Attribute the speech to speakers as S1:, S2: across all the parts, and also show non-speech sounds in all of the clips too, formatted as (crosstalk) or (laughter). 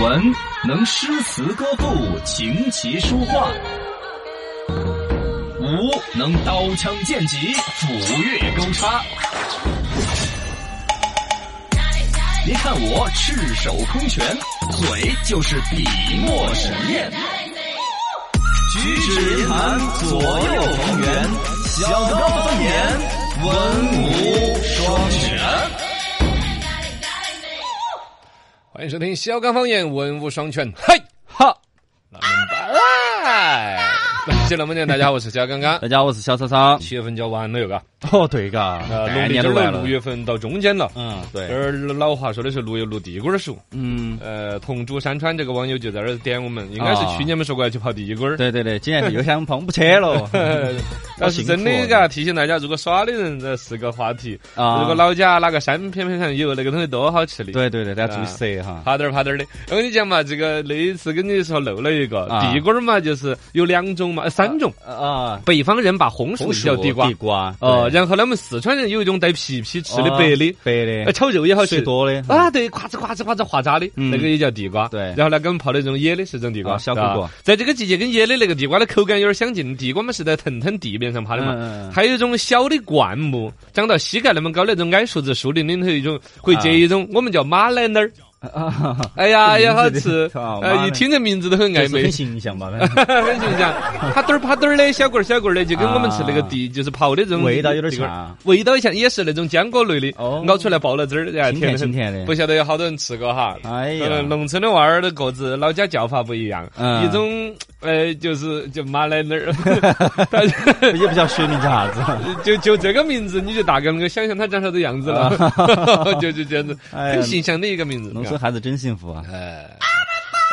S1: 文能诗词歌赋、琴棋书画；武能刀枪剑戟、斧钺钩叉。您看我赤手空拳，嘴就是笔墨纸砚，举止言谈左右逢源，小高分言，文武双全。
S2: 欢迎收听小刚方言文武双全，嘿哈，那明白啦。本期那么年，大家好，我是小刚刚。
S3: 大家好，我是小超超。
S2: 七月份就要完了哟，嘎，
S3: 哦，对嘎，
S2: 呃，
S3: 概
S2: 农历
S3: 念
S2: 这
S3: 都
S2: 儿
S3: 来
S2: 六
S3: 了。
S2: 月份到中间了。
S3: 嗯，
S2: 这
S3: 对，
S2: 儿老话说的是“六月录地瓜儿熟
S3: 嗯”，，
S2: 呃，同珠山川这个网友就在那儿点我们，应该是
S3: 啊
S2: 去年没说过要去刨地瓜儿。呃
S3: 对对对，今年是又想碰不车
S2: (laughs)
S3: 了
S2: 但是真的，嘎，提醒大家，如果耍的人这是个话题。
S3: 啊
S2: 如果老家哪个山偏偏上有那个东西，多好吃的。
S3: 对对对，大家注意色哈。
S2: 爬点儿爬点儿的，我跟你讲嘛，这个那一次跟你说漏了一个
S3: 啊
S2: 地瓜儿嘛，就是有两种嘛，呃三种。
S3: 啊，
S2: 北方人把红薯
S3: 红
S2: 叫
S3: 薯
S2: 地瓜
S3: 地，瓜，
S2: 哦，
S3: 对
S2: 然后呢我们四川人有一种带皮皮吃的白的
S3: 啊，白
S2: 呃，
S3: 的，
S2: 炒肉也好吃
S3: 水。多的
S2: 啊，对，咵哧咵哧咵哧划渣的，
S3: 嗯
S2: 那个也叫地瓜。
S3: 对
S2: 然后呢，给我们泡的这种野的是种地瓜，
S3: 啊小
S2: 是吧
S3: 果果。
S2: 在这个季节跟野的那个地瓜的口感有点相近，地瓜嘛是在腾腾地面上爬的嘛。
S3: 嗯嗯嗯
S2: 还有一种小的灌木，长到膝盖那么高那种矮树子树林里头一种，会结
S3: 啊
S2: 一种我们叫马奶奶儿。
S3: 啊，
S2: (laughs) 哎呀，
S3: 这
S2: 也好
S3: 名字
S2: 吃
S3: (laughs) 的啊，马
S2: 呃，
S3: 奶
S2: 一听这名字都很
S3: 就
S2: 暧
S3: 是
S2: 昧
S3: 很。形象
S2: (laughs)
S3: 吧，
S2: 很形象，啪墩儿啪墩儿的小棍儿小棍儿的，就跟我们吃那个地就是刨的这种
S3: 啊味道有点
S2: 地瓜儿
S3: 像
S2: 味道像也是那种浆果类的，
S3: 哦
S2: 熬出来爆了汁儿，哎，呃甜
S3: 清甜
S2: 得
S3: 清
S2: 很。
S3: 甜
S2: 不
S3: 的。
S2: 晓得有好多人吃过哈，
S3: 哎
S2: 可能
S3: 呀，
S2: 农村的娃儿的各自老家叫法不一样，
S3: 嗯
S2: 一种呃就是就马奶奶
S3: (laughs)
S2: 儿，他
S3: 也不晓得学名叫啥
S2: (laughs)
S3: 子。
S2: 就就这个名字你就大概能够想象他长啥子样子了， (laughs) 就就这样子，
S3: 啊哎呀
S2: 很形象的一个名字。
S3: 农村孩子真幸
S2: (laughs)
S3: 福啊！
S2: 哎，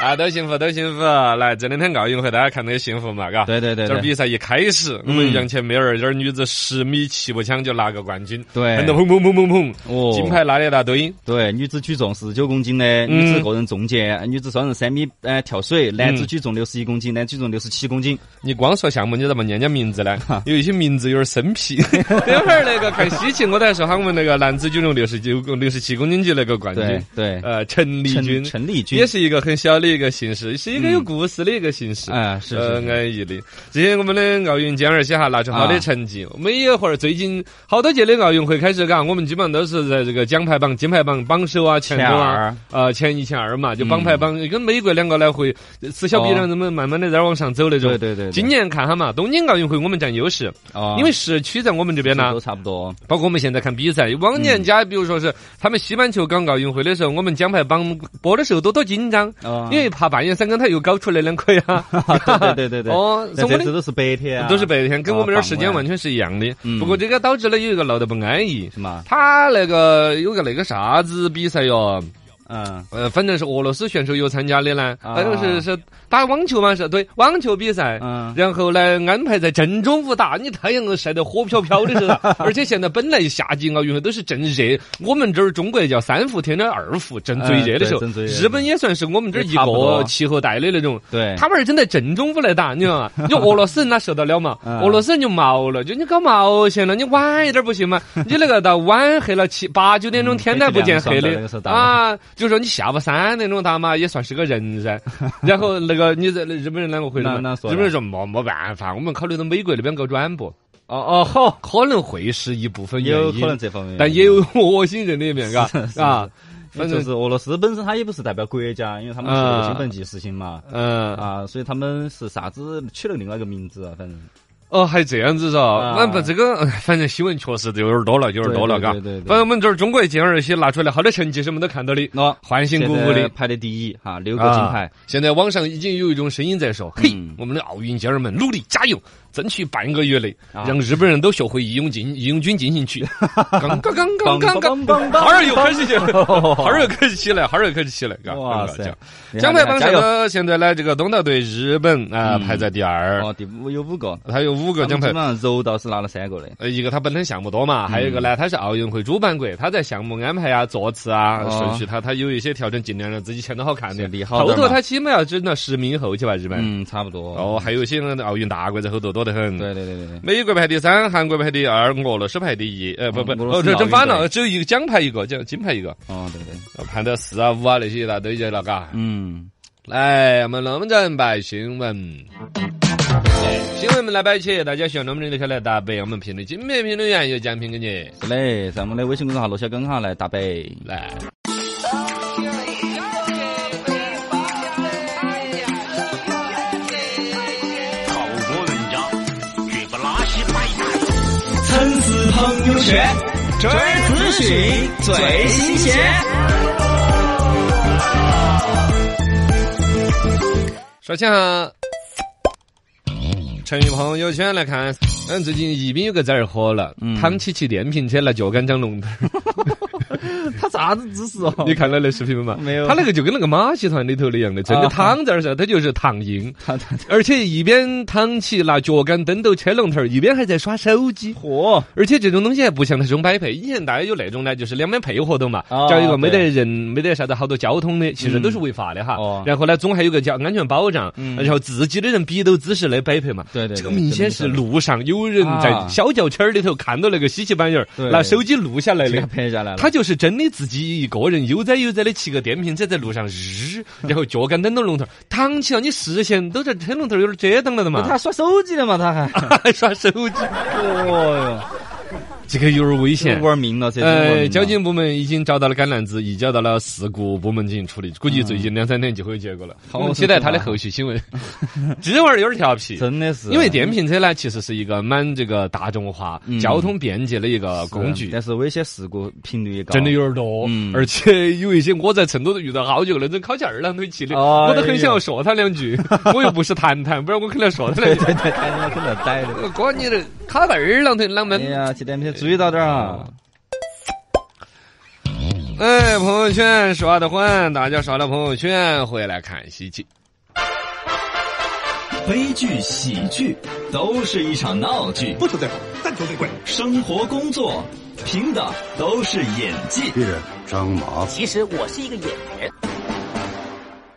S2: 啊，都幸福，都幸福。来，这两天奥运会大家看的也幸福嘛，嘎。
S3: 对对对
S2: 这儿
S3: 对
S2: 比赛一开始，我们杨千妹儿这儿女子十米气步枪就拿个冠军，
S3: 对
S2: 很多砰砰砰砰砰，
S3: 哦，
S2: 金牌拿了一大堆。
S3: 对，女子举重四十九公斤的，女子个人重剑，女子双人三米呃跳水，男子
S2: 嗯嗯
S3: 举重六十一公斤，男举重六十七公斤。
S2: 你光说项目，你咋不念念名字呢？有一些名字有点生
S3: (laughs)
S2: 僻。等会儿那个看西奇，我都还说喊我们那个男子举重六十九公六十七公斤级那个冠军
S3: 对，对，
S2: 呃，陈丽
S3: 陈
S2: 君，
S3: 陈丽君
S2: 也是一个很小的一个姓氏，是一个有故事的一个姓氏。
S3: 哎，是
S2: 呃
S3: 是，是，
S2: 安逸的。这些我们的奥运健儿些哈拿出好的
S3: 啊
S2: 成绩，我们也会儿最近好多届的奥运会开始，嘎，我们基本上都是在这个奖牌榜、金牌榜榜首啊、前
S3: 前
S2: 头啊。
S3: 二，
S2: 呃，前一前二嘛，就
S3: 嗯
S2: 榜排榜，跟美国两个来回此消彼长，
S3: 哦
S2: 咱们慢慢的在往上走那种。
S3: 对对对，对
S2: 今年看哈嘛，东京奥运会我们占优势，
S3: 哦
S2: 因为时区在我们这边呢
S3: 都，差不多，
S2: 包括我们现在看比赛，往年家比如说是他们西半球搞奥运会的时候，我们奖牌榜播的时候多多紧张，
S3: 哦
S2: 因为怕半夜三更他又搞出来两块啊。
S3: (laughs) 对对对对对，
S2: 哦，
S3: 那
S2: 所以
S3: 这
S2: 我的
S3: 次都是白天啊，
S2: 都是白天，跟
S3: 啊
S2: 我们这儿
S3: 傍
S2: 时间
S3: 晚
S2: 完全是一样的。
S3: 嗯
S2: 不过这个导致了有一个闹得不安逸。
S3: 是吗？
S2: 他那个有个那个啥子比赛哟，
S3: 嗯，
S2: 呃，反正是俄罗斯选手有参加的呢，
S3: 啊
S2: 好像是是打网球嘛，是对网球比赛。
S3: 嗯，
S2: 然后呢，安排在正中午打，你太阳晒得火飘飘的时
S3: (laughs)
S2: 候，而且现在本来夏季奥运会都是正热，我们这儿中国叫三伏天的二伏，正最热的时候
S3: 嗯对正最，热
S2: 日本也算是我们这儿一
S3: 也差不
S2: 个
S3: 多
S2: 气候带的那种。
S3: 对，
S2: 他们儿真在正中午来打，你知道
S3: (laughs)
S2: 吗？你俄罗斯人哪受得了嘛？
S3: 嗯
S2: 俄罗斯人就毛了，就你搞毛线了，你晚一点不行
S3: (laughs)
S2: 吗？你那个到晚黑了七八九点钟，
S3: 嗯
S2: 天台不见黑
S3: 那个时候
S2: 的
S3: 打
S2: 啊，就说你下午三点钟打嘛，也算是个人噻。然后那个你这日本人啷个回事
S3: 那
S2: 嘛
S3: 那？
S2: 日
S3: 说了
S2: 本人说没没办法，我们考虑到美国那边搞转播，
S3: 哦哦好，
S2: 可能会是一部分原
S3: 有可能
S2: 因，
S3: 这方面，
S2: 但也有恶心人的一面，
S3: (laughs)
S2: 嘎啊，
S3: 因为
S2: 反
S3: 就
S2: 正
S3: 是俄罗斯本身它也不是代表国家，因为他们
S2: 嗯
S3: 是兴奋剂实行嘛。
S2: 嗯。
S3: 啊，所以他们是啥子取了另外一个名字，啊，反正
S2: 哦，还这样子是吧？
S3: 啊
S2: 那不这个，哎反正新闻确实有点多了，有点多了，嘎。
S3: 对对对对
S2: 反正我们这儿中国一健儿一些拿出来好多成绩是我们都看到的，
S3: 哦，
S2: 欢欣鼓舞
S3: 现在
S2: 的。
S3: 排的第一哈，六个金
S2: 啊
S3: 牌，！
S2: 现在网上已经有一种声音在说：“嘿
S3: 嗯，
S2: 我们的奥运健儿们努力加油，争取半个月内
S3: 啊
S2: 让日本人都学会义勇进义勇军进行曲。”
S3: (laughs)
S2: 刚刚刚刚刚刚，
S3: 刚
S2: 哈儿又开始起来，哈
S3: 哈 (laughs)
S2: 儿又开始起来，哈儿又开始起来，嘎！
S3: 哇
S2: 嘎
S3: 塞！
S2: 奖牌榜
S3: 加
S2: 上
S3: 油！
S2: 呢，现在呢，这个东道队日本啊
S3: 嗯
S2: 排在第二，
S3: 哦，第五有五个，
S2: 他有五个奖牌
S3: 基本。上柔道是拿了三个的。
S2: 呃，一个它本身项目多
S3: 嗯
S2: 嘛，还有一个呢，它是奥运会主办国，它在项目安排啊、座次啊、
S3: 哦
S2: 顺序，它它有一些调整，尽量让自己穿得好看
S3: 是
S2: 点。
S3: 利好
S2: 后
S3: 点
S2: 头
S3: 嘛
S2: 它起码要整到十名以后去吧，日本。
S3: 嗯，差不多。
S2: 哦，还有一些那个奥运大国在后头多得很。
S3: 对对对对对。
S2: 美国排第三，韩国排第二，俄罗斯排第一。呃，不不
S3: 嗯俄，罗
S2: 哦，
S3: 斯
S2: 这整反
S3: 奥运
S2: 了，
S3: 队
S2: 只有一个奖牌一个，奖金牌一个，
S3: 哦，对对对，
S2: 排到四啊五啊那些一大堆去了，嘎。
S3: 嗯，
S2: 来，我们能不能摆新闻？
S3: 嗯
S2: 新闻我们来摆起，大家喜欢能不能留下来答白？我们评论精品评论员有奖品给你。
S3: 是嘞，在我们的微信公众号罗小刚哈来打呗。
S2: 来，
S4: 好多文章，绝不拉稀摆烂。
S1: 参子朋友圈，追资讯最新鲜。
S2: 说起哈，成语朋友圈来看，嗯，最近宜宾有个字儿火了，
S3: 嗯
S2: 躺起骑电瓶车拿脚杆长龙头儿。
S3: (laughs) 他啥子姿势哦
S2: (laughs) 你看了那视频没嘛？
S3: 没有
S2: 他那个就跟那个马戏团里头的一样的，真的
S3: 啊
S2: 躺在那儿噻，他就是躺赢，
S3: (laughs) 他他
S2: 而且一边躺起拿脚杆蹬到车龙头儿，一边还在耍手机。
S3: 嚯，
S2: 而且这种东西还不像那种摆配，以前大家有那种呢，就是两边配合的嘛，
S3: 哦
S2: 找一个没得人、没得啥子好多交通的，其实都是违法的哈。
S3: 嗯哦
S2: 然后呢，总还有个叫安全保障，
S3: 嗯
S2: 然后自己的人比斗姿势来摆配嘛。
S3: 对对对
S2: 这个明显是路上有人在
S3: 啊
S2: 小轿车儿里头看到那个稀奇板眼儿，
S3: 对
S2: 拿手机录下来
S3: 给他
S2: 的。
S3: 拍下来了。
S2: 他就是真的自己一个人悠哉悠哉的骑个电瓶车在路上日，然后脚杆蹬到龙头儿，躺起了你视线都在车龙头儿有点遮挡了的
S3: 不
S2: 嘛
S3: 他，耍手机的嘛，他还，
S2: (laughs) 还耍手机，
S3: 啊 (laughs) 哦
S2: 这个有点危
S3: 哟，
S2: 险。
S3: 玩命了，这真玩命
S2: 呃，
S3: 了
S2: 交警部门已经找到了橄榄枝，移交到了事故部门进行处理，估计最近两三天就会有结果了。
S3: 嗯好
S2: 我们期待他的后续新闻。 (laughs) 这玩意儿有点调皮。
S3: (laughs) 真的是，
S2: 因为电瓶车呢，其实是一个蛮这个大众化、
S3: 嗯
S2: 交通便捷的一个工具，
S3: 啊但是危险事故频率也高，
S2: 真的有点多。
S3: 嗯
S2: 而且有一些我在成都都遇到好几个那种考起二郎腿骑的，
S3: 哎呦
S2: 我都很想要说他两
S3: (laughs)
S2: 句，我又不是谈谈，不然我肯定要说他两句。
S3: 对对，他们可能逮的。
S2: 哥，你这考二郎腿啷
S3: 哎
S2: 们？
S3: 呀，骑电瓶车注意到点儿啊！
S2: 哎，朋友圈刷得欢，大家刷到朋友圈回来看稀奇。
S1: 悲剧、喜剧，都是一场闹剧。不求最好，但求最贵。生活、工作，凭的都是演技。
S5: 艺人张麻子。
S4: 其实我是一个演员。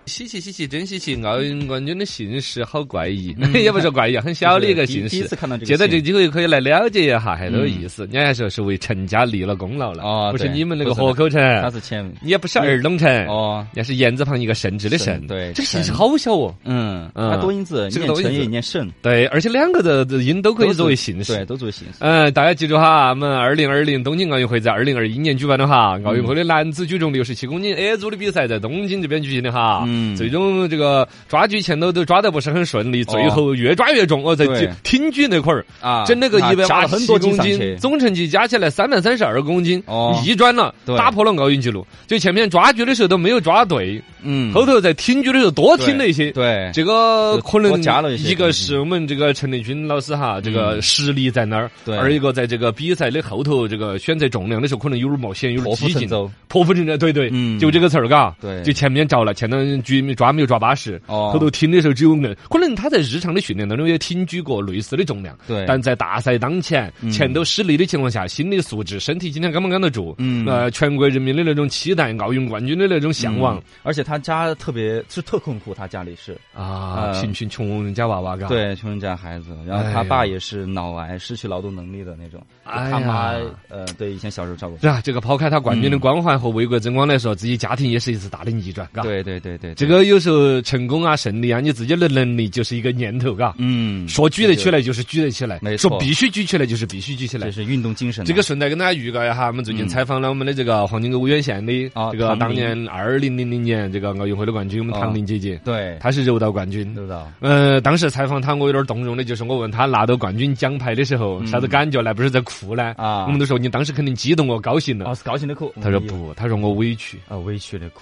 S2: 稀奇稀奇，真稀奇！奥运冠军的姓氏好怪异， (laughs) 也不是怪异啊，很小的一个
S3: 就是
S2: 姓
S3: 第第一
S2: 氏
S3: 次。看到这个
S2: 借
S3: 信，
S2: 着这个机会可以来了解一下，还多有意思。人家还说是为陈家立了功劳了，
S3: 哦
S2: 不是
S3: 对
S2: 你们那个
S3: 不是
S2: 河口城，
S3: 他是前
S2: 也不是二龙城，
S3: 哦，
S2: 也是言字旁一个慎之的
S3: 慎
S2: 慎。
S3: 对
S2: 这个姓
S3: 慎
S2: 氏好小哦。
S3: 嗯，
S2: 嗯
S3: 他多音字，
S2: 这个
S3: 念
S2: 多音
S3: 成也
S2: 字
S3: 念省，
S2: 对，而且两个的的音都可以
S3: 都是
S2: 作为姓氏
S3: 对，。都做姓氏。
S2: 嗯，大家记住哈，我们二零二零东京奥运会在二零二一年举办的
S3: 嗯
S2: 哈，奥运会的男子举重六十七公斤 A 组的比赛在东京这边举行的哈，
S3: 嗯
S2: 最终这个抓举前头都抓得不是很顺利，
S3: 哦
S2: 最后越抓越重哦，在
S3: 对
S2: 举挺举那块儿
S3: 啊
S2: 整那个
S3: 那
S2: 一百
S3: 加
S2: 八
S3: 了
S2: 十
S3: 很
S2: 多
S3: 多
S2: 公
S3: 斤上
S2: 斤
S3: 去，
S2: 总成绩加起来三百三十二公斤，
S3: 哦
S2: 一转了，
S3: 对
S2: 打破了奥运纪录。就前面抓举的时候都没有抓对，
S3: 嗯，
S2: 后头在挺举的时候多
S3: 对
S2: 挺了一些，
S3: 对，
S2: 这个可
S3: 多加了
S2: 能
S3: 一些
S2: 一个
S3: 东西嗯
S2: 是我们这个陈立军老师哈，这个实力在那儿，
S3: 对
S2: 而一个在这个比赛的后头，这个选择重量的时候可能有点冒险，有点
S3: 破釜
S2: 激
S3: 沉
S2: 进，
S3: 舟，
S2: 破釜沉舟，对对，
S3: 嗯
S2: 就这个词儿，嘎，
S3: 对
S2: 就前面着了，前头举抓没有抓巴适，
S3: 哦
S2: 后头挺的时候只有硬，可能他在日常的训练当中也挺举过类似的重量，
S3: 对嗯
S2: 但在大赛当前，前头失利的情况下，心理素质、身体今天刚不刚得住，
S3: 嗯
S2: 呃，全国人民的那种期待，奥运冠军的那种向往
S3: 嗯，而且他家特别是特困苦，他家里是
S2: 啊，
S3: 呃
S2: 贫穷穷人家娃娃，嘎，。
S3: 对穷人家孩子，然
S2: 哎
S3: 后他
S2: 呀
S3: 爸也是脑癌，失去劳动能力的那种，就
S2: 哎
S3: 他妈
S2: 呀
S3: 呃，对以前小时候照顾他，
S2: 是啊，这个抛开他冠军
S3: 嗯
S2: 的光环和为国争光来说，自己家庭也是一次大的逆转，嘎。，
S3: 对对对对，
S2: 这
S3: 对
S2: 个有时候成功啊、胜利啊，你自己的能力就是一个念头，嘎。
S3: 嗯，
S2: 说举得起来就是举得起来
S3: 没，错
S2: 说必须举起来就是必须举起来
S3: 这。是运动精神啊，
S2: 这个顺带跟大家预告一下，我们最近
S3: 嗯
S2: 采访了我们的这个黄金沟五原县的
S3: 啊
S2: 这个
S3: 唐
S2: 当
S3: 玲
S2: 年二零零零年这个奥运会的冠军，我们
S3: 哦
S2: 唐玲姐姐，
S3: 对，
S2: 她是柔道冠军
S3: 知。道。
S2: 呃，当时采访她，我有点动容的，就是我问她拿到冠军奖牌的时候，啥子感觉呢？不是在哭呢？
S3: 嗯啊
S2: 我们都说你当时肯定激动哦，高兴了
S3: 哦，。是高兴的哭。
S2: 他说不，他说我委屈，
S3: 啊，委屈的哭，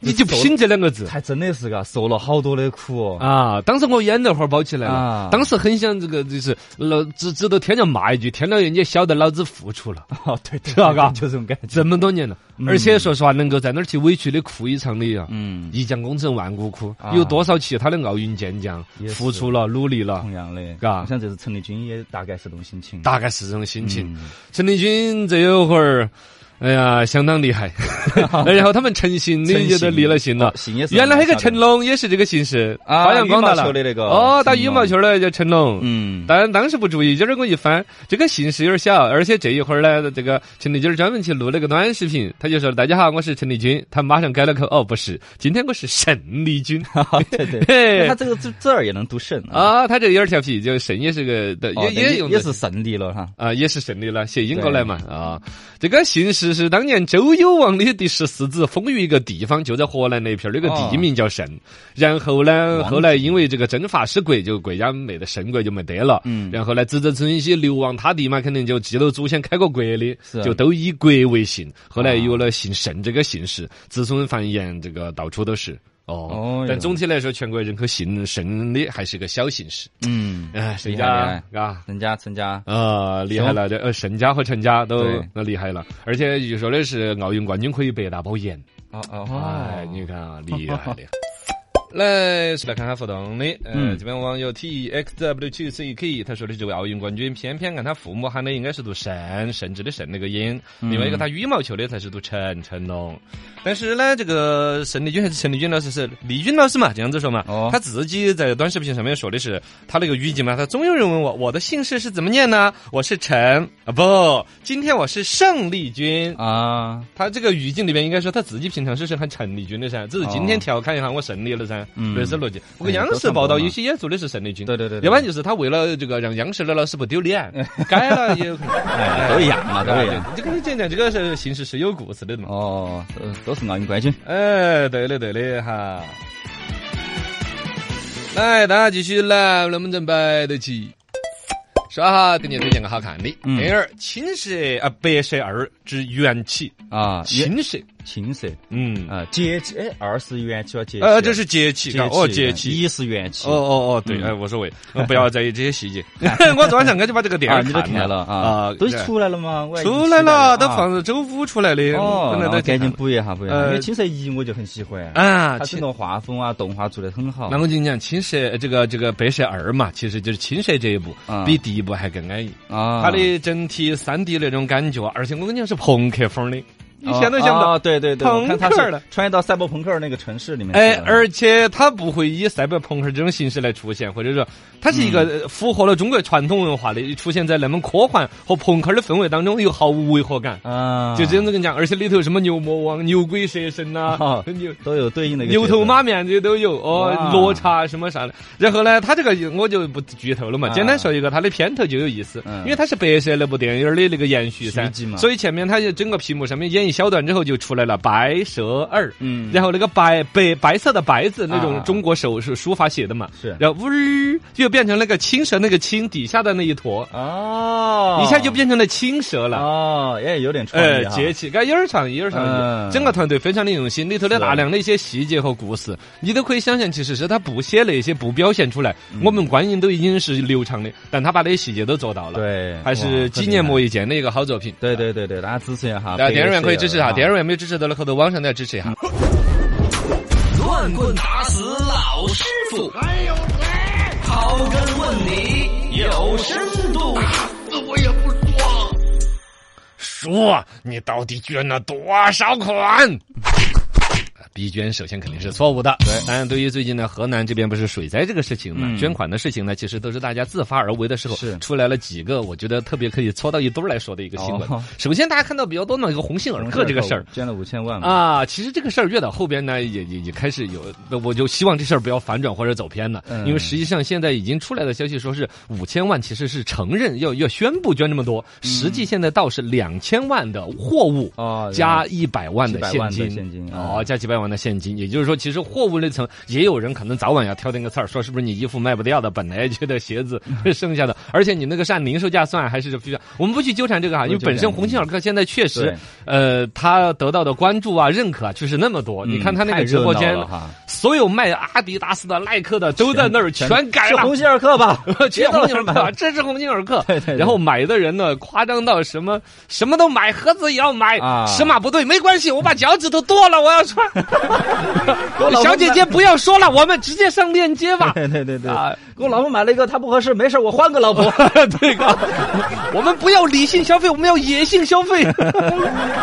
S2: 你就拼这两个字
S3: 还真的是嘎，受了好多的苦哦。
S2: 啊！当时我眼泪花儿包起来了
S3: 啊，
S2: 当时很想这个就是老指指着天上骂一句，天老爷你也晓得老子付出了
S3: 啊， (laughs) 对
S2: 知
S3: 对
S2: 道嘎
S3: 就这种感觉。
S2: 这么多年了，而且说实话，能够在那儿去委屈的哭一场的呀。
S3: 嗯，
S2: 一将功成万骨枯，
S3: 啊
S2: 有多少其他的奥运健将
S3: 也是嗯
S2: 付出了、努力了
S3: 同，样的，
S2: 嘎
S3: 我想这次陈丽君也大概是这种心情。
S2: 大概是这种心情
S3: 嗯。
S2: 陈立军这一会儿，哎呀，相当厉
S3: (laughs)
S2: 害。然后他们陈信的也都离了信了
S3: 哦，信也是
S2: 原来还有个成龙也是这个姓氏，
S3: 啊
S2: 发扬光大
S3: 羽毛
S2: 了
S3: 球的那个
S2: 哦，打
S3: 成
S2: 羽
S3: 龙
S2: 毛球的叫成龙。
S3: 嗯，
S2: 但当时不注意，今儿我一翻，这个姓氏有点小，而且这一会儿呢，这个陈丽君儿专门去录了个短视频，他就说：“大家好，我是陈丽君。”他马上改了口，哦，不是，今天我是沈丽
S3: (laughs)
S2: 君。
S3: (laughs) 对对，
S2: 嘿
S3: 那他这个字字儿也能读肾啊，
S2: 啊，他这有点调皮，就沈也是个的，
S3: 哦
S2: 也
S3: 对
S2: 也
S3: 也
S2: 用
S3: 也
S2: 得
S3: 是胜利了哈。
S2: 啊，也是胜利了，谐音过来嘛啊。这个姓氏是当年周幽王的第十四子，封于一个地方，就在河南那一片儿，那个
S3: 哦
S2: 地名叫慎。然后呢，
S3: 王
S2: 后来因为这个征伐失国，就国家没得申国就没得了。
S3: 嗯
S2: 然后呢，子子孙孙流亡他地嘛，肯定就记了祖先开过国的
S3: 是，哦
S2: 就都以国为姓。后来有了姓慎这个姓氏，子孙繁衍，这个到处都是。
S3: 哦
S2: 哦
S3: 哟，
S2: 但总体来说，全国人口姓慎的还是个小姓氏。
S3: 嗯，
S2: 哎，谁
S3: 厉害
S2: 家
S3: 厉
S2: 啊？
S3: 陈家陈家，
S2: 啊，厉害了！这呃，沈家和陈家都
S3: 对
S2: 那厉害了，而且据说的是奥运冠军可以百大保研。
S3: 哦
S2: 哎
S3: 哦，，
S2: 你看
S3: (laughs)
S2: 啊，厉害的。来，是来看看互动的。呃，
S3: 嗯
S2: 这边网友 T X W 七 C K 他说的这位奥运冠军，偏偏按他父母喊的应该是读慎，甚至的慎那个音。
S3: 嗯
S2: 另外一个打羽毛球的才是读陈成龙。但是呢，这个沈丽君还是陈丽君老师是丽君老师嘛，这样子说嘛。
S3: 哦
S2: 他自己在短视频上面说的是他那个语境嘛，他总有人问我我的姓氏是怎么念呢？我是陈啊，不，今天我是盛丽君。
S3: 啊，
S2: 他这个语境里面应该说他自己平常是是喊陈丽君的噻，只是今天调侃一下我胜利了噻，
S3: 哦嗯
S2: 类似逻辑。我
S3: 哎
S2: 看央
S3: 都
S2: 视
S3: 差不
S2: 报道
S3: 多嘛
S2: 有些也做的是胜利君，
S3: 对对对对
S2: 要不然就是他为了这个让央视的老师不丢
S3: (laughs)
S2: 脸，改了也有可能，
S3: 哎都一样嘛，都一样。
S2: 哎。就跟你讲讲，这个是形式是有故事的嘛。
S3: 哦，呃都是奥运冠军。
S2: 哎，对的对的哈。来，大家继续来，能不能摆得起？说哈，给你推荐个好看的
S3: 嗯
S2: 电影儿《青蛇》啊，《白蛇二》之缘起，
S3: 啊，青
S2: 青蛇，
S3: 青色
S2: 嗯。
S3: 啊，节气，哎，二是元气啊，节气啊，
S2: 呃，这是节气，嘎哦，节
S3: 节
S2: 气。
S3: 一是元气
S2: 哦。哦哦，对，
S3: 嗯
S2: 哎，无所谓，呃不要在意这些
S3: (laughs)
S2: 细节。我昨晚上我就把这个电
S3: 啊，
S2: 影
S3: 你都看
S2: 看
S3: 了啊
S2: 啊，，
S3: 都
S2: 对
S3: 出来了吗？我还以为
S2: 出来了，
S3: 啊
S2: 都放周五出来的，
S3: 哦
S2: 本，来
S3: 那
S2: 都
S3: 我
S2: 去
S3: 赶
S2: 看
S3: 紧补一下，补一下，
S2: 呃
S3: 因为青色一我就很喜欢，
S2: 啊
S3: 它，
S2: 其
S3: 整个画风啊、动画做的很好
S2: 那。我跟你讲，《青蛇》呃这个这个《白蛇二》嘛，其实就是《青蛇》这一部
S3: 啊
S2: 比第一部还更安逸。
S3: 啊，
S2: 它的整体三 D 那种感觉，而且我跟你讲是朋克风
S3: 哦
S2: 的，你想都想不
S3: 啊
S2: 到
S3: 啊。对对对，我看它
S2: 朋克的
S3: 是穿越到赛博朋克那个城市里面去了。
S2: 哎，而且它不会以赛博朋克这种形式来出现，或者说它是一个呃符合了中国传统文化的，出现在那么科幻和朋克的氛围当中，又毫无违和感。
S3: 啊，
S2: 就这样子跟你讲，而且里头什么牛魔王、牛鬼蛇神呐、
S3: 哦
S2: (laughs) 牛
S3: 都有对应的一个
S2: 牛
S3: 角色
S2: 头马面这些都有哦，
S3: 哇
S2: 落差什么啥的。然后呢，它这个我就不剧透了嘛，
S3: 啊
S2: 简单说一个它的片头就有意思，
S3: 嗯
S2: 因为它是白蛇那部电影的那个延续噻
S3: 续集，嘛
S2: 所以前面它就整个屏幕上面演一小段之后就出来了白蛇二，
S3: 嗯
S2: 然后那个白白白色的白字那种
S3: 啊
S2: 中国手是书法写的嘛，
S3: 是
S2: 然后呜儿就变成那个青蛇那个青底下的那一坨，
S3: 哦，
S2: 一下就变成了青蛇了。
S3: 哦，也有点创
S2: 呃
S3: 意，哈
S2: 节气，该有点长，有点长。
S3: 嗯
S2: 整个团队非常的用心，里头的
S3: 是
S2: 大量的一些细节和故事，你都可以想象，其实是他不写那些，不表现出来，
S3: 嗯
S2: 我们观影都已经是流畅的，但他把那些细节都做到了。，
S3: 对，
S2: 还是几年磨
S3: 一。
S2: 一剑的一个好作品。
S3: 对对对对，大家支持一下哈。
S2: 啊，电影院可以支持一下，电
S3: 影
S2: 影院没有支持到了，后头网上都要支持一下。
S1: 乱棍打死老师傅，还有谁？哎刨根问底有深度。
S2: 叔，你到底捐了多少款？逼啊捐首先肯定是错误的，对。当然，对于最近呢，河南这边不是水灾这个事情呢，
S3: 嗯
S2: 捐款的事情呢，其实都是大家自发而为的时候，
S3: 是
S2: 出来了几个，我觉得特别可以搓到一堆儿来说的一个新闻。
S3: 哦
S2: 首先，大家看到比较多的一个鸿星尔克这个事儿，
S3: 捐了五千万嘛。
S2: 啊，其实这个事儿越到后边呢，也也也开始有，我就希望这事儿不要反转或者走偏了，
S3: 嗯
S2: 因为实际上现在已经出来的消息说是五千万，其实是承认要要宣布捐这么多，实际现在倒是两千万的货物。
S3: 哦，
S2: 加一百万的
S3: 几百
S2: 现
S3: 万的
S2: 金，
S3: 现金
S2: 哦
S3: 啊，
S2: 加几百万的现金，也就是说，其实货物那层也有人可能早晚要挑那个刺儿，说是不是你衣服卖不掉的，本来觉得鞋子 (laughs) 剩下的，而且你那个是按零售价算还是非常，我们不去纠缠这个哈，因为
S3: 不去
S2: 本身
S3: 纠缠
S2: 鸿星尔克现在确实
S3: 对，
S2: 呃，他得到的关注啊、认可啊，确实那么多。
S3: 嗯
S2: 你看他那
S3: 太
S2: 个直
S3: 热
S2: 播
S3: 闹
S2: 间
S3: 了哈，
S2: 所有卖阿迪达斯的、耐克的都在那儿全改
S3: 是
S2: 了。
S3: 鸿星尔克吧？
S2: (laughs) 全鸿星尔
S3: 别
S2: 克，
S3: 闹了
S2: 这是鸿星尔克。
S3: (laughs) 对对对
S2: 然后买的人呢，夸张到什么什么都买，盒子也要买，
S3: 啊 (laughs)
S2: 尺码不对没关系，我把脚趾头剁了，我要穿。
S3: 我老婆
S2: 小姐姐不要说了，我们直接上链接吧。
S3: (laughs) 对对对对，
S2: 啊，
S3: 给我老婆买了一个，她不合适，没事，我换个老婆。
S2: 对吧？
S3: (laughs)
S2: 我们不要理性消费，我们要野性消费。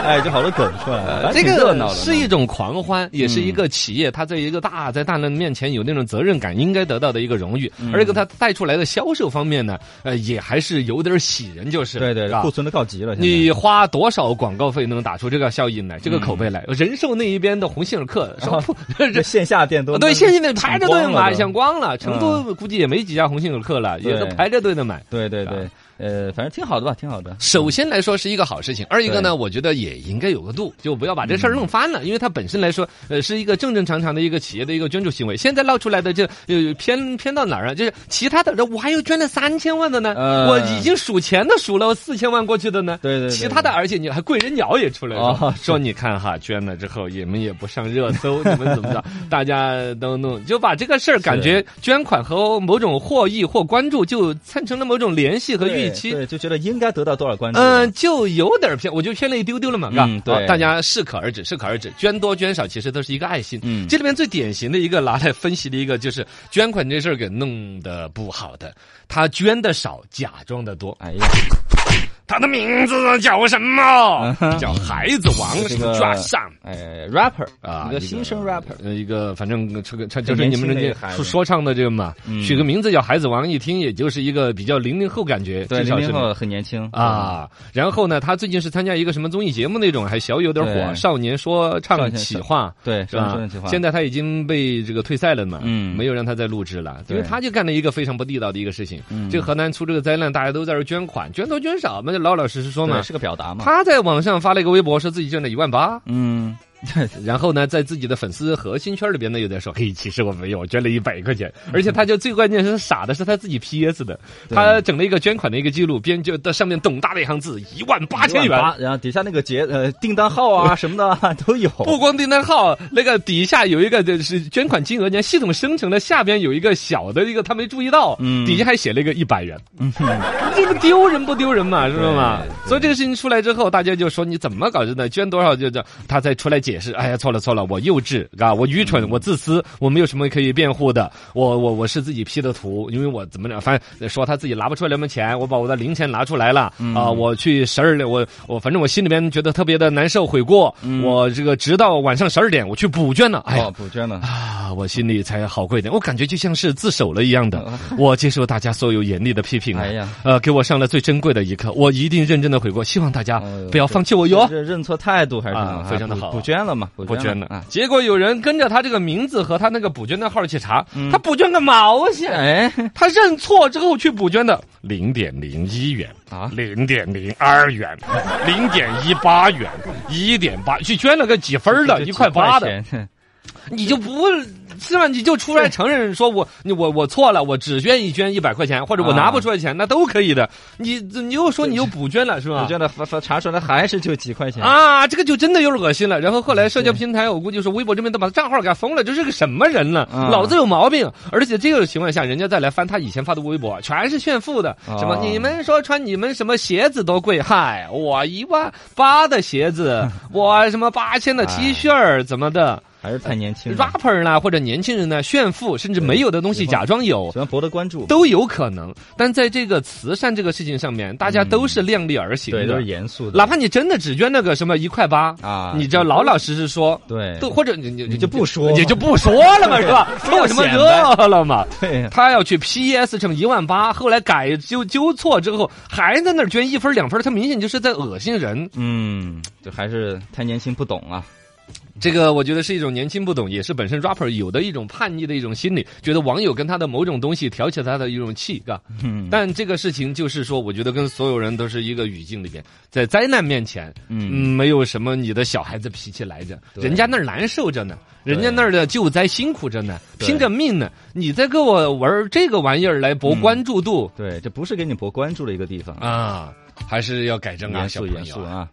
S3: 哎，就好多梗出来了，
S2: 这
S3: 挺热闹
S2: 个
S3: 的嗯
S2: 是一种狂欢，也是一个企业它在一个大在大人面前有那种责任感应该得到的一个荣誉，
S3: 嗯
S2: 而且它带出来的销售方面呢，呃，也还是有点喜人，就是
S3: 对对
S2: 是
S3: 对，
S2: 吧
S3: 库存都告急了。现在
S2: 你花多少广告费能打出这个效应来，这个
S3: 嗯
S2: 口碑来？人寿那一边的鸿星尔
S3: (laughs)
S2: 克，首富人
S3: 这线下店啊都
S2: 啊对，现在得排着队
S3: 光了
S2: 买，
S3: 都嗯
S2: 想光了。成都估计也没几家鸿星尔克了，也都
S3: 对
S2: 排着队的买。
S3: 对对对，呃，反正挺好的吧，挺好的。
S2: 首先来说是一个好事情，二一个
S3: 对
S2: 呢，我觉得也应该有个度，就不要把这事儿弄翻了，因为它本身来说，呃，是一个正正常常的一个企业的一个捐助行为。现在闹出来的就呃偏偏到哪儿啊？就是其他的，我还有捐了三千万的呢，
S3: 呃
S2: 我已经数钱的数了我四千万过去的呢，
S3: 对对对
S2: 其他的，而且你还贵人鸟也出来了，
S3: 哦
S2: 说你看哈，捐了之后你们也不上热搜，你们 (laughs) 怎么着？大家都弄，就把这个事儿感觉捐款和某种获益或关注就产生了某种联系和
S3: 对
S2: 预期。
S3: 对，就觉得应该得到多少关注。
S2: 嗯，就有点偏，我就偏了一丢丢了嘛，是吧
S3: 嗯？对
S2: 好大家适可而止，适可而止，捐多捐少其实都是一个爱心。
S3: 嗯
S2: 这里面最典型的一个拿来分析的一个就是捐款这事儿给弄得不好的，他捐的少，假装的多，
S3: 哎呀，
S2: 他的名字叫什么？叫孩子王
S3: 嗯这个
S2: 抓上。
S3: 哎，rapper
S2: 啊，
S3: 一个新生 rapper，
S2: 呃一个反正这个这
S3: 很
S2: 就是你们
S3: 年轻的一
S2: 这
S3: 个孩
S2: 说
S3: 子嗯
S2: 说唱的这个嘛，取个名字叫孩子王，一听也就是一个比较零零后感觉，
S3: 对，
S2: 至少
S3: 零
S2: 是
S3: 零后很年轻，
S2: 啊，然后呢，他最近是参加一个什么综艺节目那种，还小有点火，
S3: 对
S2: 少年说
S3: 少
S2: 唱
S3: 年
S2: 企
S3: 说
S2: 划。
S3: 对，
S2: 是
S3: 说
S2: 吧
S3: 说句话。？
S2: 现在他已经被这个退赛了嘛，
S3: 嗯
S2: 没有让他再录制了，嗯因为
S3: 对
S2: 他就干了一个非常不地道的一个事情。这个河南出这个灾难，大家都在这儿捐款，捐多捐少嘛，就老老实实说
S3: 对
S2: 嘛。
S3: 是个表达嘛，
S2: 他在网上发了一个微博，说自己捐了一万八，
S3: 嗯，
S2: 然后呢，在自己的粉丝核心圈里边呢，又在说：“嘿，其实我没有，我捐了一百块钱。”而且他就最关键是傻的是他自己 PS 的，
S3: 对
S2: 他整了一个捐款的一个记录，编就到上面董大的一行字：一万八千
S3: 一
S2: 元
S3: 万。八，然后底下那个节呃订单号啊什么的啊都有，
S2: 不光订单号那个底下有一个就是捐款金额，你看系统生成的下边有一个小的一个，他没注意到，
S3: 嗯
S2: 底下还写了一个一百元，这个丢人不丢人嘛，是不是嘛？
S3: 对
S2: 所以这个事情出来之后，大家就说你怎么搞的呢？捐多少就这，他再出来解释，哎呀，错了错了，我幼稚啊，我愚蠢，我自私，我没有什么可以辩护的，我我我是自己 P 的图，因为我怎么着，反正说他自己拿不出来什么钱，我把我的零钱拿出来了
S3: 嗯
S2: 啊，我去十二点，我我反正我心里面觉得特别的难受悔过，我这个直到晚上十二点我去补捐了，哎呀
S3: 哦，。补捐了，
S2: 啊，我心里才好过一点。我感觉就像是自首了一样的，我接受大家所有严厉的批评啊，
S3: 哦哎呀
S2: 呃，给我上了最珍贵的一课，我一定认真的悔过。希望大家
S3: 哎呦
S2: 不要放弃我哟。
S3: 这认错态度还是什
S2: 啊
S3: 么，
S2: 非常的
S3: 补
S2: 好
S3: 补捐了嘛，补
S2: 不捐
S3: 了
S2: 了
S3: 啊，，
S2: 结果有人跟着他这个名字和他那个补捐的号去查，他补捐个毛线！
S3: 哎，
S2: 他认错之后去补捐的零点零一元
S3: 啊
S2: 零点零二元，零点一八元，一点八，去捐了个几分儿的，
S3: 这
S2: 一
S3: 几
S2: 块八的，
S3: 钱，
S2: 你就不是吧？你就出来承认说我你我我错了，我只愿意捐一百块钱，或者我
S3: 啊
S2: 拿不出来钱，那都可以的。你你又说你又补捐了是吧
S3: 补？捐了发发查出来还是就几块钱，
S2: 啊，这个就真的有点恶心了。然后后来社交平台，我估计是微博这边都把他账号给他封了，这是个什么人呢？
S3: 嗯
S2: 脑子有毛病。而且这个情况下，人家再来翻他以前发的微博，全是炫富的，什么
S3: 哦
S2: 你们说穿你们什么鞋子多贵，嗨，我一万八的鞋
S3: (laughs)
S2: 子，我什么八千
S3: 哎
S2: 的 T 恤儿怎么的
S3: 还是太年轻了，
S2: ，rapper 呢或者年轻人呢炫富，甚至没有的东西
S3: 喜欢
S2: 假装有
S3: 喜。欢博得关注，
S2: 都有可能，但在这个慈善这个事情上面，大家都是量力而行的，
S3: 嗯对，都是严肃的，
S2: 哪怕你真的只捐那个什么一块八
S3: 啊
S2: 你只要老老实实说，
S3: 对
S2: 都或者你你你
S3: 就不说
S2: 也就不说了
S3: (laughs)
S2: 嘛，是吧？
S3: 不
S2: 说
S3: 要
S2: 什么
S3: 显
S2: 热了嘛？
S3: 对，
S2: 他要去 PS 成一万八，后来改纠纠错之后，还在那儿捐一分两分，他明显就是在恶心人。
S3: 嗯，就还是太年轻不懂啊，
S2: 这个我觉得是一种年轻不懂，也是本身 rapper 有的一种叛逆的一种心理，觉得网友跟他的某种东西挑起他的一种气，啊。
S3: 嗯
S2: 但这个事情就是说，我觉得跟所有人都是一个语境里边，在灾难面前，
S3: 嗯
S2: 没有什么你的小孩子脾气来着，
S3: 对
S2: 人家那儿难受着呢，
S3: 对
S2: 人家那儿的救灾辛苦着呢，
S3: 对
S2: 拼着命呢，你在给我玩这个玩意儿来
S3: 嗯
S2: 博关注度、
S3: 对，这不是给你博关注的一个地方，
S2: 啊，还是要改正啊，
S3: 嗯严
S2: 小
S3: 肃
S2: 朋友啊。
S3: 严肃啊，